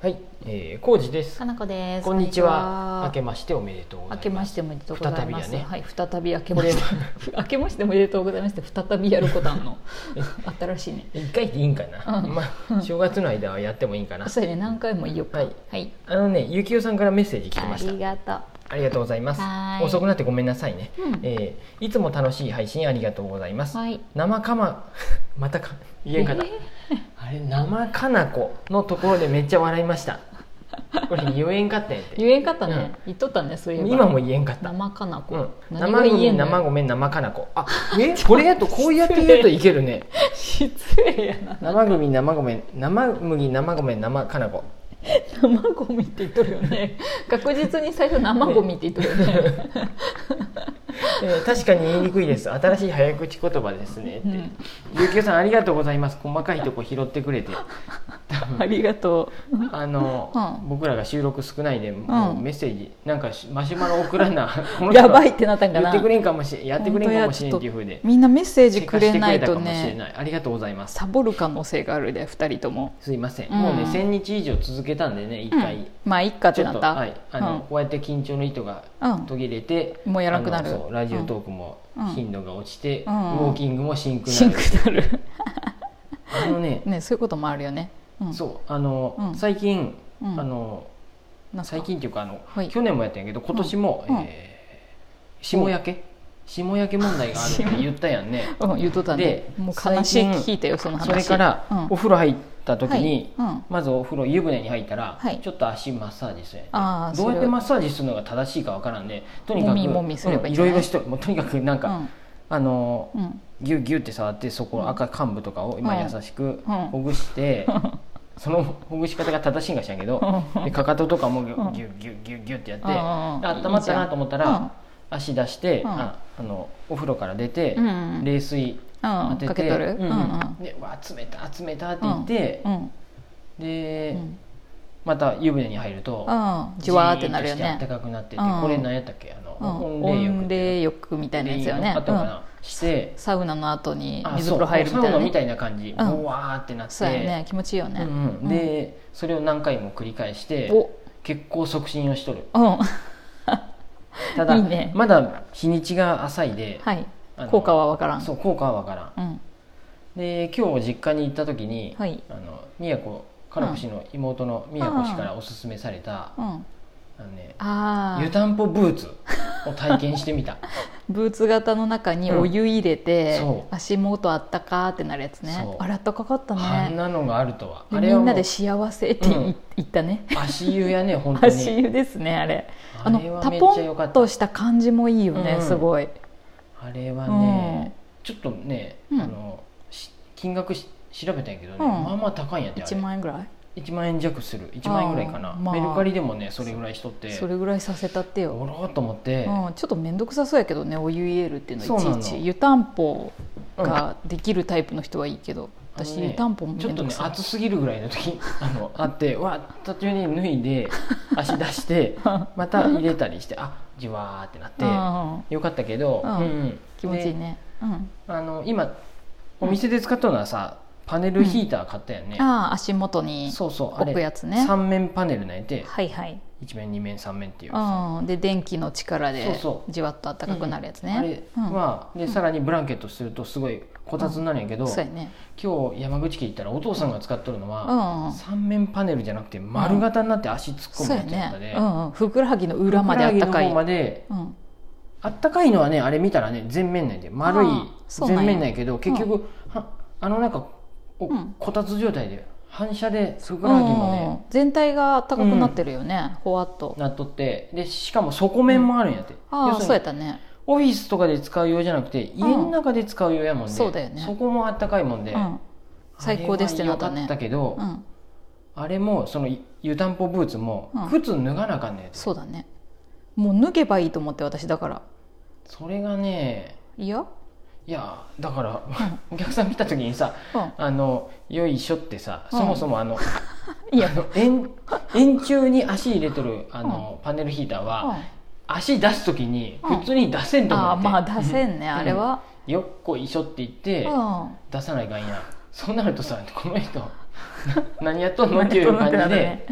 はい、えー、康二です。花子です。こんにちは。明けましておめでとうござい明ます。けましておめでとうございます。再びやねはい、再び明けま して。明けましておめでとうございますって再びやることあんの。新しいね。一回でいいんかな。うんまあ正月の間はやってもいいんかな。そうやね、何回も言おうか。はいはい。あのね、ゆきおさんからメッセージ来てあましたり。がとう。ありがとうございますは。ーい遅くなってごめんなさいね。うんえーいつも楽しい配信ありがとうございます。はい。生かま またか言えんかな。えあれ生かなこのところでめっちゃ笑いました。これ言えんかったんやっーて。言えんかったね、うん言っとったね、そういえば。今も言えんかった。生かなこ。うん、生何が言え麦んの生ごめん生かなこ あえこれやとこうやって言うといけるね失礼やな。生組生ごめん生麦生ごめん生かなこ生ゴミって言っとるよね。確実に最初生ゴミって言っとるよ ね。えー確かに言いにくいです新しい早口言葉ですねって、うんゆうきょうさんありがとうございます細かいとこ拾ってくれて多あ分りがとう。あの、うん僕らが収録少ないでもううんメッセージなんかしマシュマロ送ら なこの人やばいってなったんか言な。ってくれんかもしれんやってくれんかもしれんっていうふうでみんなメッセージせくかしれてないれたかともしれねないありがとうございますサボる可能性があるで2人とも、すいません、うんもうね1000日以上続けたんでね一うん回、まあいっかっちてょなっとった、はいあの、こうやって緊張の糸がうん、うん途切れて、もうやらなくなるあのそうラジオトークもうん頻度が落ちて、うんウォーキングもシンクなシンクる、なるあのね、 ねそういうこともあるよね、うん、そうあの、うん最近、うんあのなんすか最近っていうかあの、はい去年もやったんやけど今年も、うんえー霜焼け霜焼け問題があるって言ったやんね うん、言っとったんででもう悲しい最近聞いたよその話それから、うんお風呂入った時に、はいうんまずお風呂湯船に入ったら、はいちょっと足マッサージするやんああどうやってマッすサージするのが正しいかわからんでとにかくもみもみすればいいんじゃうなんいろいろいしとるもうとにかくなんか、あのうんうんギュッギュッって触ってそこの赤幹部とかを今うん優しくうんほぐ して、そのほぐし方が正しいんかしらんけど、うんでかかととかもギュうんッギュッギュッギュッギュッってやって、うんで温まったなと思ったら、うん足出して、うんああのお風呂から出て、うん冷水う当んてかて、けとるうんうんうんでわあ冷た冷たって言ってう、んで、うんまた湯船に入ると、うんじわーってなるよじーっねとして暖かくなってて、うんこれ何やったっけあの、うん温冷浴温冷浴浴みたいなやつよねあったかな、してうん、サウナの後にあ水風呂入るみたそいうサウなナねみたいな感じ、んうわーってなってそうやね気持ちいいよね、うんうんでそれを何回も繰り返してお結構促進をしとるうんただいいねまだ日にちが浅いで、はいあの効果はわからんそう効果は分からんうんで今日実家に行った時に、はいあの宮子かなこ氏の妹の宮子氏からおすすめされた、うんあのね、あ湯あたんぽブーツを体験して みたブーツ型の中にお湯入れうて、んそう足元あったかーってなるやつそねうあれあったかかったあんねなのがあるとはであみはんなうで幸せってういん言ったね、足湯やね本当 足に湯ですねあれああのれタはめっポちゃ良かンったとした感じもいいよね、うんすごいあれはね、ちょっとね、うんあのし金額し調べたんやけどね、うんまあまあ高いんやってあれ1 1万万円ぐら円弱する1万円ぐらいかな、あーまあメルカリでもねそれぐらいしとっいてそれぐらいさせたってよ、おろーと思って、うん、ちょっと面倒くさそうやけどねお湯入れるっていうのそうないのちいち湯たんぽうんができるタイプの人はいいけど、あ私のね湯たんぽもちょ面っと倒ねくさい、暑すぎるぐらいの時 あのあ ってわ途中に脱いで足出してまた入れたりしてあじわーってなって、うんうんよかったけど、うん気持ちいいでね、うん、あの今お店で使ったのはさパネルヒーター買ったよね、ああ足元にそうそうあ置くれやつね三面パネルなんやてはいはい、一面二面三面っていううん、で電気の力そうでそうじわっと暖かくなるやつあねれ、は、でさらにブランケットするとすごいこたつになるんやけうど、ん、そうやね今日山口家行ったらお父さんが使っとるのうは、ん三面パネルじゃなくて丸型になって足突っ込そむうややつやったで、ね、うんうん、ふくらはぎの裏まであったかふくらはぎのい、方までうん、あったかいのはねあれ見たらね全面なんで丸いああそうなん全や面なんやけど結局、はあのなんかおうんこたつ状態で反射でふくらはぎもね、うん全体が暖かくなってるよね、ほわっとなっとってでしかも底面もあるんやって、あ要あすそうるやにったねオフィスとかで使う用じゃなくて家の中で使う用やもんで、うんそうだよねこもあったかいもんで、うん最高ですってなったあれはね良かったけど、うんあれもその湯たんぽブーツもうん靴脱がなあかんねんそうだねもう脱げばいいと思って私だからそれがねいや、いやだから、 お客さん見た時にさうん「あのよいしょ」ってさうんそもそもあ の、いやあの円円柱に足入れとるあの、パネルヒーターは、足出す時にうん普通に出せんうん、と思っああて、まあ出せんね、あれは、よっこいしょって言って、うん 出さないかんやんそうなるとさこの人 何やっとん のっていう感じなんとなくでだね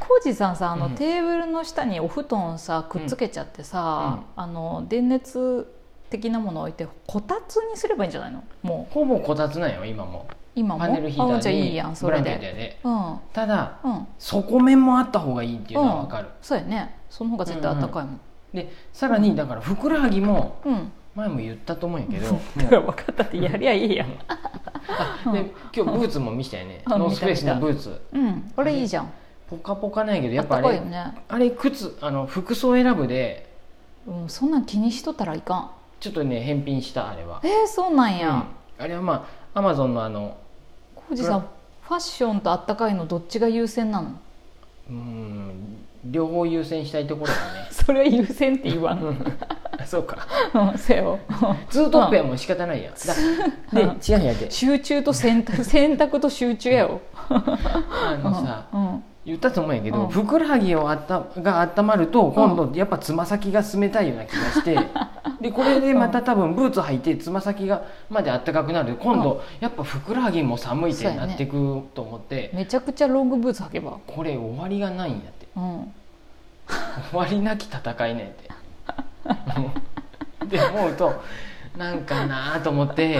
浩二さんさあの、うんテーブルの下にお布団さくっつけちゃってさ、あの電熱的なものを置いてこたつにすればいいんじゃないのもうほぼこたつなんよ今も今もパネルヒーあタじゃあいいやーんにそブラれンケットでやでうんうんただ底面もあった方がいいっていうのは分かる、そうやねその方が絶対あったかいもんでさらにだからふくらはぎもうん、前も言ったと思うんやけどもうだから分かったってやりゃいいやん あで今日ブーツも見せたよねうんノースペースのブーツ うんこれいいじゃんポカポカなんやけどあやっっぱあたかいれよねあれ靴あの服装選ぶでうん、そんなん気にしとったらいかんちょっとね返品したあれは、えー、そうなんうんやあれはまあアマゾンのあの浩二、さんブファッションとあったかいのどっちが優先なのうん両方優先したいところだね それは優先って言わうんあ そうかうんせよツートップやもん仕方ないやだでうん違うんやで集中と選 択選択と集中やよあのさうんうん言ったと思うんやけど、うんふくらはぎをあったが温まると今度やっぱつま先が冷たいような気が して、でこれでまた多分ブーツ履いてつま先がまであったかくなる今度やっぱふくらはぎも寒いってなってくと思って、めちゃくちゃロングブーツ履けばこれ終わりがないんやってうん終わりなき戦いねんって。って思うとなんかなと思って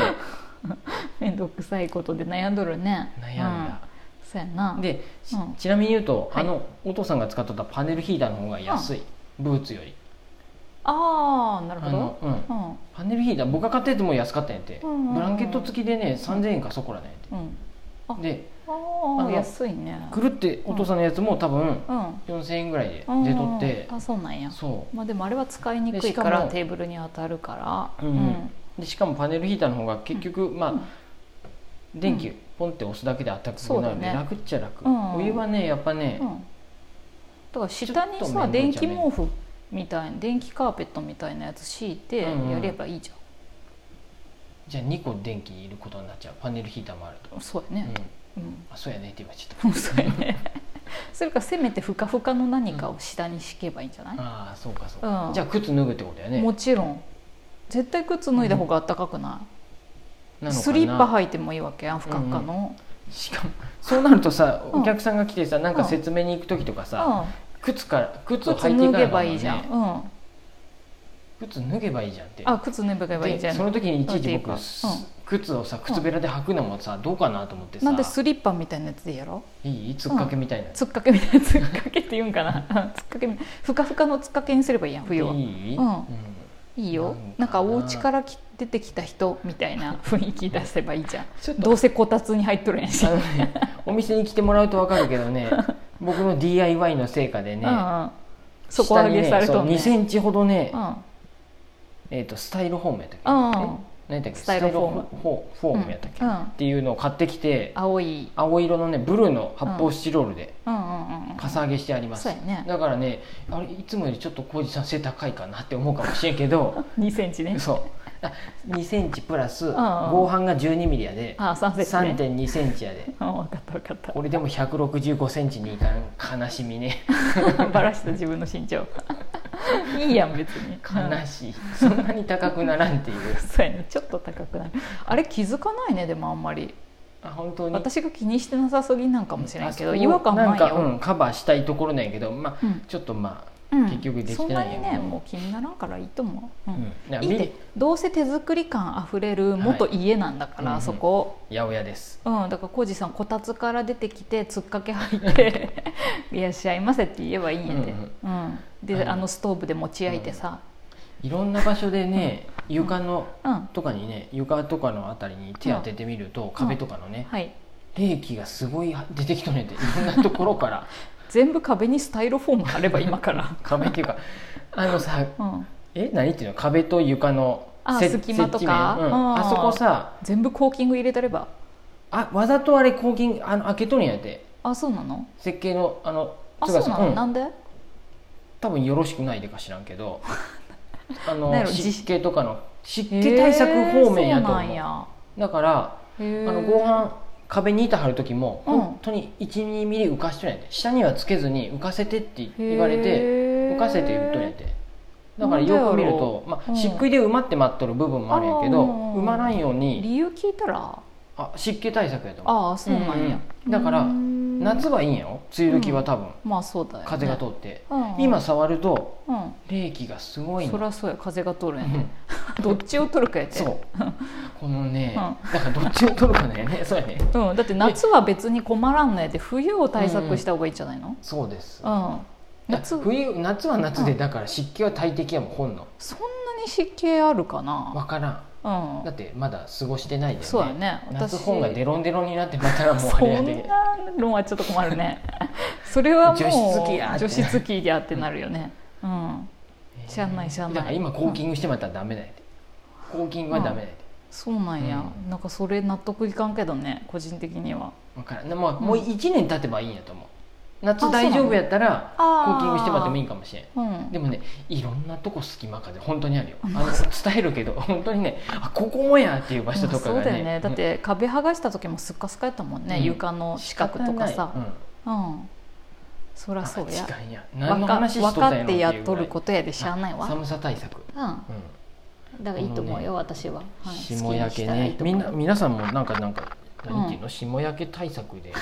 めんどくさいことで悩んどるね悩んだ、うん、そうやなで、ちうんちなみに言うと、はいあのお父さんが使っとったパネルヒーターの方が安い、ブーツよりああなるあほのど、うん、うんパネルヒーター僕が買ったやつも安かったんやって、うんうんうんブランケット付きでね3000円かそこらなんやっうん、うてんであのあ安いねくるってお父さんのやつも多分うん4000円ぐらいでうん出とってあそうなんやそまあ、でもあれは使いにくいかでしからもテーブルに当たるから、うんうでしかもパネルヒーターの方が結局、うんまあ電気ポンって押すだけであったかくなるんで、そうだね楽っちゃ楽、うんお湯はねやっぱね、うんだから下にちょっと面倒じゃさね電気毛布みたいな電気カーペットみたいなやつ敷いてうんうんやればいいじじゃあ2個電気いることになっちゃうパネルヒーターもあると、ゃんそううやんね、うんあそうやねって言われちゃった そうやねそれかせめてふかふかの何かを下に敷けばいいんじゃない、ああそうかそうか、うんじゃあ靴脱ぐってことやねもちろん絶対靴脱いだ方があったかくなな、いのかなスリッパ履いてもいいわけやんふかふかの、しかもそうなるとさうんお客さんが来てさなんかうん説明に行く時とかうんさ、靴から靴を靴履いていか脱げなかばったいいじゃん、靴脱げばいいじゃんってうん、あ靴脱げばいいじゃでそんの時にいちいちう僕んす靴をさ靴べらで履くのもさどうかなと思ってさなんでスリッパみたいなやつでいいやろいいつっかけみたいなつっかけみたいなつっかけって言うんかなうんつっかけみたいふかふかのつっかけにすればいいやん冬はいい、うんいいよななんんかかなお家からき出てきた人みたいな雰囲気出せばいいじゃんちょっとどうせこたつに入っとるんやし、あのねお店に来てもらうと分かるけど ね僕の DIY の成果でねうんうん底上げされと下んにねそう2センチほどね、うんえー、とスタイルホームやったっけ、うんえ何やったっけスタイルフォームスタイルフォフォームやったっけ、うんうんっていうのを買ってきて青い青色のねブルーの発泡スチロールでうんうんうんうんかさ上げしてあります、そうやねだからねあれいつもよりちょっと浩二さん背高いかなって思うかもしれんけど2センチねそうあ2センチプラスん合板が1 2ミリやであ三3セン3チね2センチやでうん分かった分かっ俺でも1 6 5センチにいかん悲しみねたバラした自分の身長 いいやん別に悲しいそんなに高くならんっていうそうやねちょっと高くなるあれ気づかないねでもあんまりあ本当に私が気にしてなさすぎなんかもしれんけどあそこ違和感ないなんか、よ、うん、カバーしたいところなんやけどまあ、うんちょっとまうん結局できてないそんやんけなどにねもう気にならんからいいと思う、あ、うんうん、いいってみどうせ手作り感あふれる元家なんだから、はいそこ、八百屋ですうん、だから浩二さんこたつから出てきてつっかけ履いて「 いらっしゃいませ」って言えばいいんやで、うんうんで、はいあのストーブで持ち上いてさ、いろんな場所でね床のうんとかにね床とかのあたりに手当ててみると、壁とかのね、はい、冷気がすごい出てきとねっていろんなところから全部壁にスタイロフォーム貼れば今から、壁っていうかあのさうん、え何っていうの壁と床のあせ隙間とか接地面ううんん、あそこさ全部コーキング入れてればあわざとあれ抗菌あの開けとるんやってあそうなの設計のあのあつそうかなの、うんなんで多分よろしくないでか知らんけ どあなんのやろ湿気とかの湿気対策方面やと思う,、へーそうなんやだからあへーのご飯壁に板張る時もうん本当に12ミリ浮かしてないんで下にはつけずに浮かせてって言われてへー浮かせて言っとんやってだからなんでやろよく見ると、まあうん漆喰で埋まって待っとる部分もあるんやけどあー埋まらんように理由聞いたらあ湿気対策やと思うああそうなんや、うんうんだからうん夏はいいんやよ梅雨時は多分、まあそうだよ、ね、風が通って、うん今触るとうん冷気がすごいそのりゃそうや風が通るやうんねどっちを取るかやて そうこのね、うだからどっちを取るかだよね そうやねうん、だって夏は別に困らんのやで冬を対策した方がいいんじゃないの、そうですうん夏冬夏は夏うでんだから湿気は大敵やもん本のそんなに湿気あるかな、わからんうだってまだ過ごしてないでねそうやね夏私本がデロンデロンになってまたらん、もうあそれやんでなのはちょっと困 るねそれはもう除湿機やって除湿機やってなるよね、うん、知らない知らないだから今コーキングしてまたらダメだよコーキングはダメだよそうなんや、うなんかそれ納得いかんけどね個人的にはわからんでもんもう1年経てばいいんやと思うそ夏うなの大丈夫やったらコーあーキングしてもらってもいいかもしれんうんでもねいろんなとこ隙間風本当にあるよあの伝えるけど本当にねあここもやっていう場所とかまあがそうだよねねだって壁剥がした時もすっかすかやったもんね、うん床の近くとかさ、うん、そらそうや時間や何分のか話しと分ったかんやってやっとるこことやでしゃあないわ、寒さ対策、う、うんだからいいと思うあのよ、ね私は、ん、はい、霜焼け好きにしたらいねいとみ思うんな皆さんもなんかなんか何ていうの、霜焼け対策で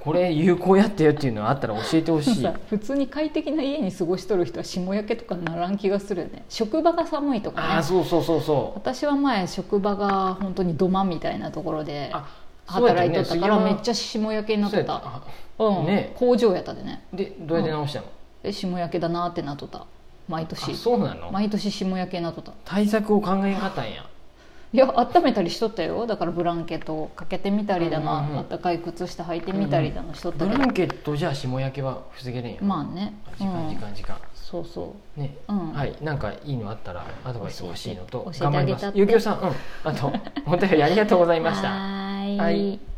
これ有効やったよっていうのあったら教えてほ しいさ普通に快適な家に過ごしとる人は霜焼けとかならん気がするよね職場が寒いとあかあねそうそうそうそう私は前職場が本当に土間みたいなところであそうや働いとったからめっちゃゃ霜焼けになっとったうやうんね工場やったでねでどうやって直したの、で霜焼けだなってなっとった毎年あそうなの毎年霜焼けになっとった対策を考えんかったんやいや温めたりしとったよだからブランケットをかけてみたりだな、うんうんうんあったかい靴下履いてみたりだなしとったブけラど、ンケットじゃ霜焼けは防げれんよ、まあね、あ時う間ん時間時間そうそね、うんはい、なんかいいのあったらアドバイス欲しいのと教えて頑張りま教すえてあげたっ。て ゆきおさん、うん、あとお便りありがとうございうました。はーはい